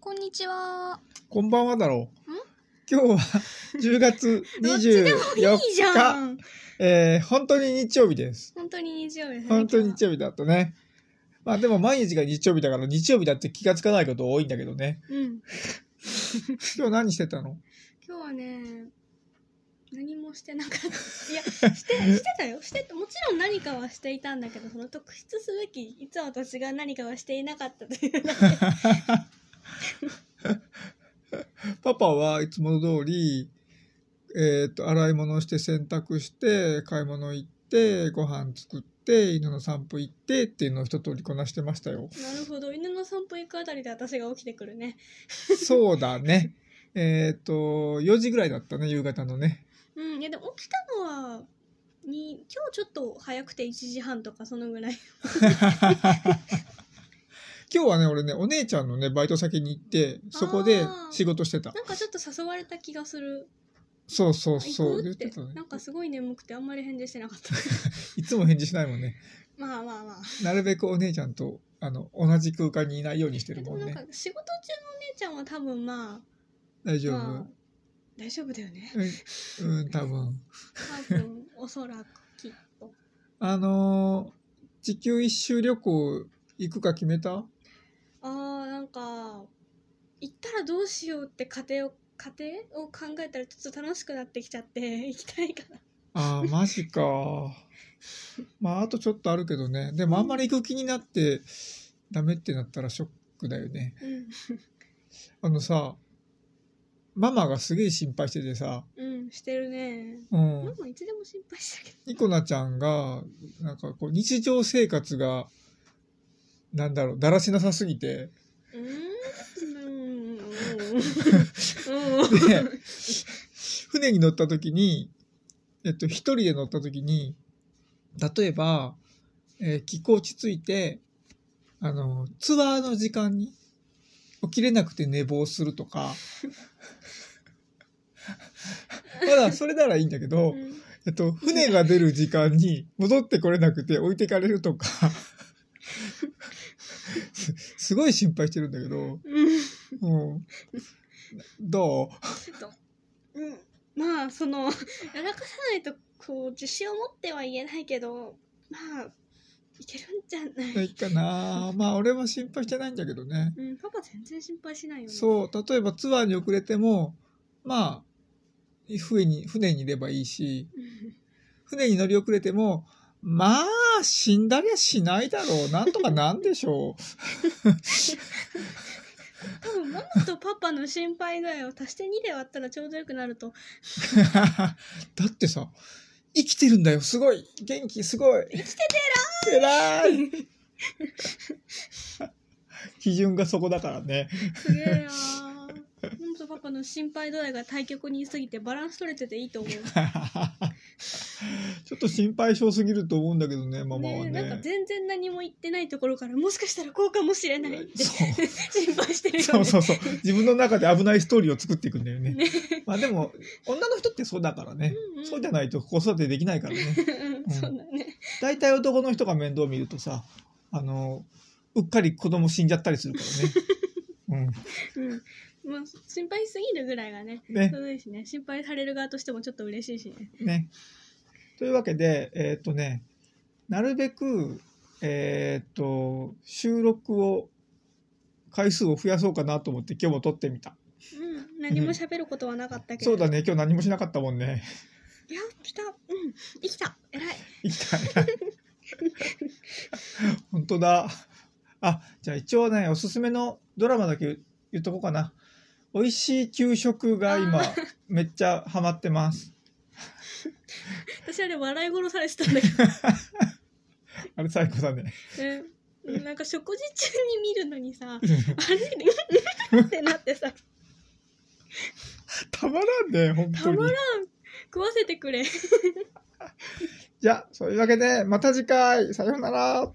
こんにちは。こんばんはだろう。今日は10月24いいじゃ日、ん。えー、本当に日曜日です。本当に日曜日ですね。本当に日曜日だとね。まあでも毎日が日曜日だから日曜日だって気がつかないこと多いんだけどね。今日は。うん。今日何してたの今日はね、何もしてなかった。いや、して、してたよ。してた、もちろん何かはしていたんだけど、その特筆すべき、いつ私が何かはしていなかったというだけ。パパはいつも通り、えー、と洗い物をして洗濯して買い物行ってご飯作って犬の散歩行ってっていうのを一通りこなしてましたよなるほど。犬の散歩行くあたりで私が起きてくるね。そうだねえっ、と4時ぐらいだったね夕方のねうん。いや、でも起きたのは、に今日ちょっと早くて1時半とかそのぐらい。今日はね俺ねお姉ちゃんのねバイト先に行ってそこであー仕事してたなんかちょっと誘われた気がする。そうそうそ行うく言っっててたねなんかすごい眠くてあんまり返事してなかった。いつも返事しないもんねまあまあまあ。なるべくお姉ちゃんとあの同じ空間にいないようにしてでるももんなんかね仕事中のお姉ちゃんは多分ま大あ、丈夫、まあ、大丈夫だよね。うん、うん、多分多分おそらくきっと。あのー地球一周旅行行くか決めたああなんか行ったらどうしようって家庭を家庭を考えたらちょっと楽しくなってきちゃって 行きたいかな。ああ、 マジか。まあ、あとちょっとあるけどね。でもあんまり行く気になって、ダメってなったらショックだよね。うんあのさ、ママがすげえ心配しててさ、うんしてるね。うマん。マいつでも心配してるニコナちゃんが、なんかこう、日常生活が、なんだろう、だらしなさすぎて、けど。うん。うんうんうん。 で船に乗った時に、えっと、一人で乗った時に例えば、えー気候落ち着いてあのツアーの時間に起きれなくて寝坊すると かまだそれならいいんだけど、うんえっと、船が出る時間に戻ってこれなくて置いてかれるとか すすごい心配してるんだけど、うん。うん、どううん、まあその やらかさないとこう自信を持っては言えないけどまあいけるんじゃな、ないいかなまあ俺は心配してないんだけどねうん、パパ全然心配しないよねうそう例えばツアーに遅れてもまあ船に船にいればいいしん船に乗り遅れてもまあ死んだりはしないだろうなんとかなんでしょう多分ママとパパの心配具合を足して2で割ったらちょうどよくなると だってさ生きてるんだよすごい元気すごい生きてて偉い 偉い基準がそこだからね すげえなママとパパの心配度合いが対極に過ぎてバランス取れてていいと思うちょっと心配性すぎると思うんだけどね、ママはねえね。なんか全然何も言ってないところからもしかしたらこうかもしれないってそう 心配してるよねそうそうそう。自分の中で危ないストーリーを作っていくんだよね。ねまあでも、女の人ってそうだからね。うんうんそうじゃないと子育てできないからね。うんそうだね大体男の人が面倒見るとさ、あの、うっかり子供死んじゃったりするから ね。うん、まあ心配すぎるぐらいがねうん。ねちょ。うどいいしね心配される側としてもちょっと嬉しいしねね。というわけで、えーっとね、なるべく、えーっと、収録を、回数を増やそうかなと思って今日も撮ってみた。うん何も喋ることはなかったけど、そうだね、今日何もしなかったもんね。いや来たうん生きた 偉いいきたい。本当だ。あ、じゃあ一応ね、おすすめのドラマだけ言言っとこうかな。美味しい給食が今あ、めっちゃハマってます。私あれ笑い殺されてたんだけ ど、あれ最高 だね。ねうんなんか食事中に見るのにさあれにうんうん ってなってさたまらんね、本た当まらんに。食わせてくれじゃあ、そういうわけで、また次回、さようなら。